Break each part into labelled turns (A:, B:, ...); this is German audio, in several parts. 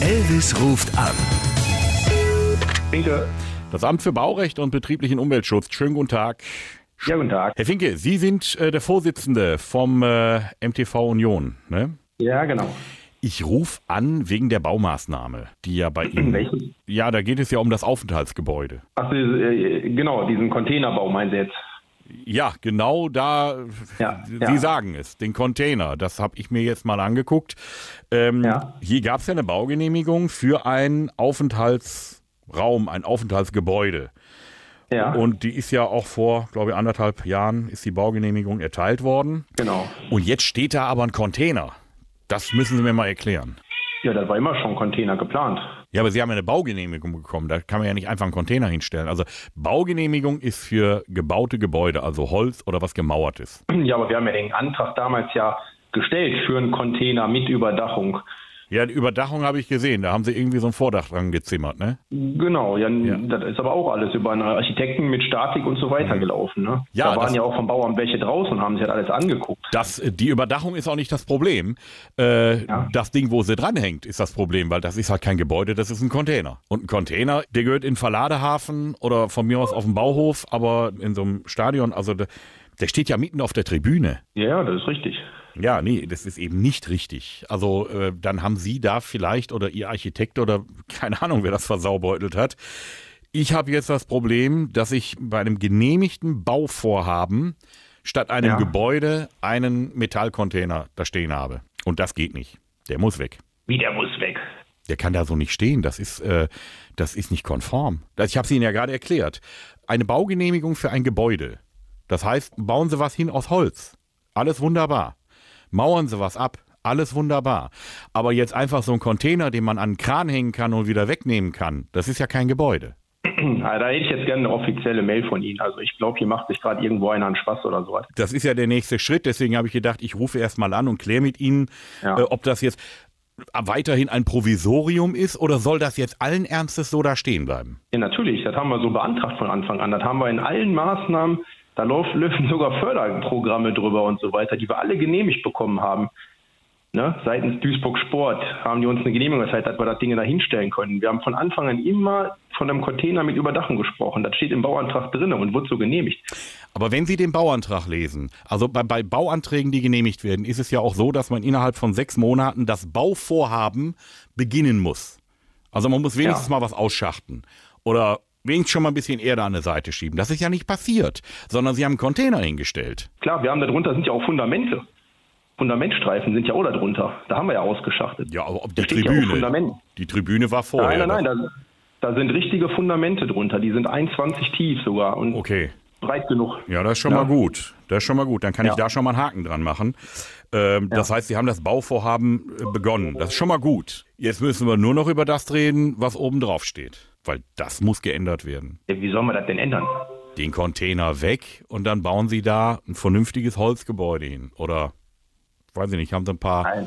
A: Elvis ruft an.
B: Finke.
C: Das Amt für Baurecht und betrieblichen Umweltschutz. Schönen guten Tag.
B: Ja, guten Tag.
C: Herr Finke, Sie sind äh, der Vorsitzende vom äh, MTV Union. Ne?
B: Ja, genau.
C: Ich rufe an wegen der Baumaßnahme, die ja bei Ihnen.
B: Welchen?
C: Ja, da geht es ja um das Aufenthaltsgebäude.
B: Ach, diese, äh, genau, diesen Containerbau meinen Sie jetzt.
C: Ja, genau da.
B: Ja,
C: Sie
B: ja.
C: sagen es, den Container. Das habe ich mir jetzt mal angeguckt. Ähm,
B: Ja.
C: Hier gab es ja eine Baugenehmigung für einen Aufenthaltsraum, ein Aufenthaltsgebäude.
B: Ja,
C: Und die ist ja auch vor, glaube ich, anderthalb Jahren ist die Baugenehmigung erteilt worden.
B: genau.
C: Und jetzt steht da aber ein Container. Das müssen Sie mir mal erklären.
B: Ja, das war immer schon Container geplant.
C: Ja, aber Sie haben ja eine Baugenehmigung bekommen. Da kann man ja nicht einfach einen Container hinstellen. Also Baugenehmigung ist für gebaute Gebäude, also Holz oder was gemauertes.
B: Ja, aber wir haben ja den Antrag damals ja gestellt für einen Container mit Überdachung.
C: Ja, die Überdachung habe ich gesehen. Da haben Sie irgendwie so ein Vordach dran gezimmert, ne?
B: Genau, ja, n-
C: Ja. Mhm.
B: das ist aber auch alles über einen Architekten mit Statik und so weiter gelaufen. Ne?
C: Ja,
B: da
C: das-
B: waren ja auch vom Bauamt welche draußen und haben sich das alles angeguckt.
C: Das, äh, die Überdachung ist auch nicht das Problem. Äh,
B: Ja.
C: Das Ding, wo sie dranhängt, ist das Problem, weil das ist halt kein Gebäude, das ist ein Container. Und ein Container, der gehört in Verladehafen oder von mir aus auf dem Bauhof, aber in so einem Stadion, also der, der steht ja mitten auf der Tribüne.
B: Ja, ja, das ist richtig.
C: Ja, nee, das ist eben nicht richtig. Also äh, dann haben Sie da vielleicht oder Ihr Architekt oder keine Ahnung, wer das versaubeutelt hat. Ich habe jetzt das Problem, dass ich bei einem genehmigten Bauvorhaben statt einem
B: Ja.
C: Gebäude einen Metallcontainer da stehen habe. Und das geht nicht. Der muss weg.
B: Wie der muss weg.
C: Der kann da so nicht stehen. Das ist, äh, das ist nicht konform. Das- Ich habe es Ihnen ja gerade erklärt. Eine Baugenehmigung für ein Gebäude. Das heißt, bauen Sie was hin aus Holz. Alles wunderbar. Mauern Sie was ab. Alles wunderbar. Aber jetzt einfach so ein Container, den man an einen Kran hängen kann und wieder wegnehmen kann, das ist ja kein Gebäude.
B: Na, Ah, da hätte ich jetzt gerne eine offizielle Mail von Ihnen. Also ich glaube, hier macht sich gerade irgendwo einer einen Spaß oder sowas.
C: Das ist ja der nächste Schritt. Deswegen habe ich gedacht, ich rufe erst mal an und kläre mit Ihnen,
B: Ja.
C: äh, ob das jetzt weiterhin ein Provisorium ist oder soll das jetzt allen Ernstes so da stehen bleiben?
B: Ja, natürlich. Das haben wir so beantragt von Anfang an. Das haben wir in allen Maßnahmen. Da lauf- laufen sogar Förderprogramme drüber und so weiter, die wir alle genehmigt bekommen haben. Ne? Seitens Duisburg Sport haben die uns eine Genehmigung erteilt, dass wir das Ding da hinstellen können. Wir haben von Anfang an immer von einem Container mit Überdachung gesprochen. Das steht im Bauantrag drin und wurde so genehmigt.
C: Aber wenn Sie den Bauantrag lesen, also bei, bei Bauanträgen, die genehmigt werden, ist es ja auch so, dass man innerhalb von sechs Monaten das Bauvorhaben beginnen muss. Also man muss wenigstens
B: Ja.
C: mal was ausschachten oder wenigstens schon mal ein bisschen Erde an der Seite schieben. Das ist ja nicht passiert, sondern Sie haben einen Container hingestellt.
B: Klar, wir haben da drunter sind ja auch Fundamente. Fundamentstreifen sind ja auch da drunter. Da haben wir ja ausgeschachtet.
C: Ja, aber ob die
B: Da steht ja auch
C: Tribüne.
B: Fundament.
C: Die Tribüne war vorher.
B: Nein, nein, nein,
C: Das-
B: da, da sind richtige Fundamente drunter. Die sind 1,20 tief sogar und
C: Okay.
B: breit genug.
C: Ja, das ist schon
B: Ja.
C: mal gut. Das ist schon mal gut. Dann kann ich
B: Ja.
C: da schon mal einen Haken dran machen. Ähm, Das heißt, Sie haben das Bauvorhaben äh, begonnen. Das ist schon mal gut. Jetzt müssen wir nur noch über das reden, was oben drauf steht. Weil das muss geändert werden.
B: Ja, wie sollen wir das denn ändern?
C: Den Container weg und dann bauen Sie da ein vernünftiges Holzgebäude hin. Oder, weiß ich nicht, haben Sie ein paar,
B: Nein.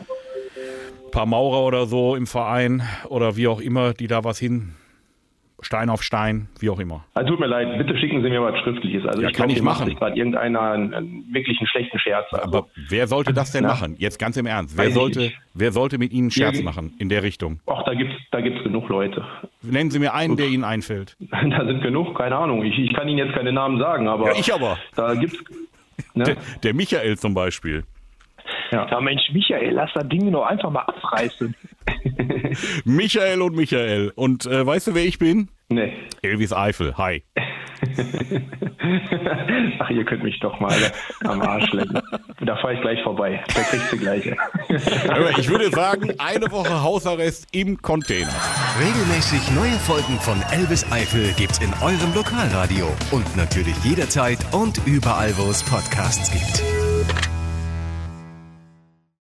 C: paar Maurer oder so im Verein oder wie auch immer, die da was hin. Stein auf Stein, wie auch immer.
B: Also tut mir leid, bitte schicken Sie mir was Schriftliches. Also
C: Ja,
B: glaub,
C: kann ich
B: hier macht
C: machen.
B: sich gerade irgendeiner einen, einen wirklich einen schlechten Scherz. Also,
C: Aber wer sollte das denn
B: Na?
C: machen? Jetzt ganz im Ernst. Wer
B: Weiß ich
C: sollte,
B: nicht.
C: wer sollte mit Ihnen einen Scherz
B: Irgend-
C: machen in der Richtung?
B: Also, ach, da gibt's da gibt's genug Leute.
C: Nennen Sie mir einen, der Ihnen einfällt.
B: Da sind genug, keine Ahnung. Ich, ich kann Ihnen jetzt keine Namen sagen,
C: Ja,
B: aber
C: ich aber.
B: da gibt's ne?
C: Der, der Michael zum Beispiel.
D: Ja, Mensch, Michael, lass das Ding doch einfach mal abreißen.
C: Michael und Michael. Und äh, weißt du, wer ich bin?
B: ne.
C: Elvis Eifel. Hi.
B: Ach, ihr könnt mich doch mal alle am Arsch lecken. Da fahre ich gleich vorbei. Da kriegst du gleich.
C: Aber Ich würde sagen, eine Woche Hausarrest im Container.
A: Regelmäßig neue Folgen von Elvis Eifel gibt's in eurem Lokalradio und natürlich jederzeit und überall, wo es Podcasts gibt.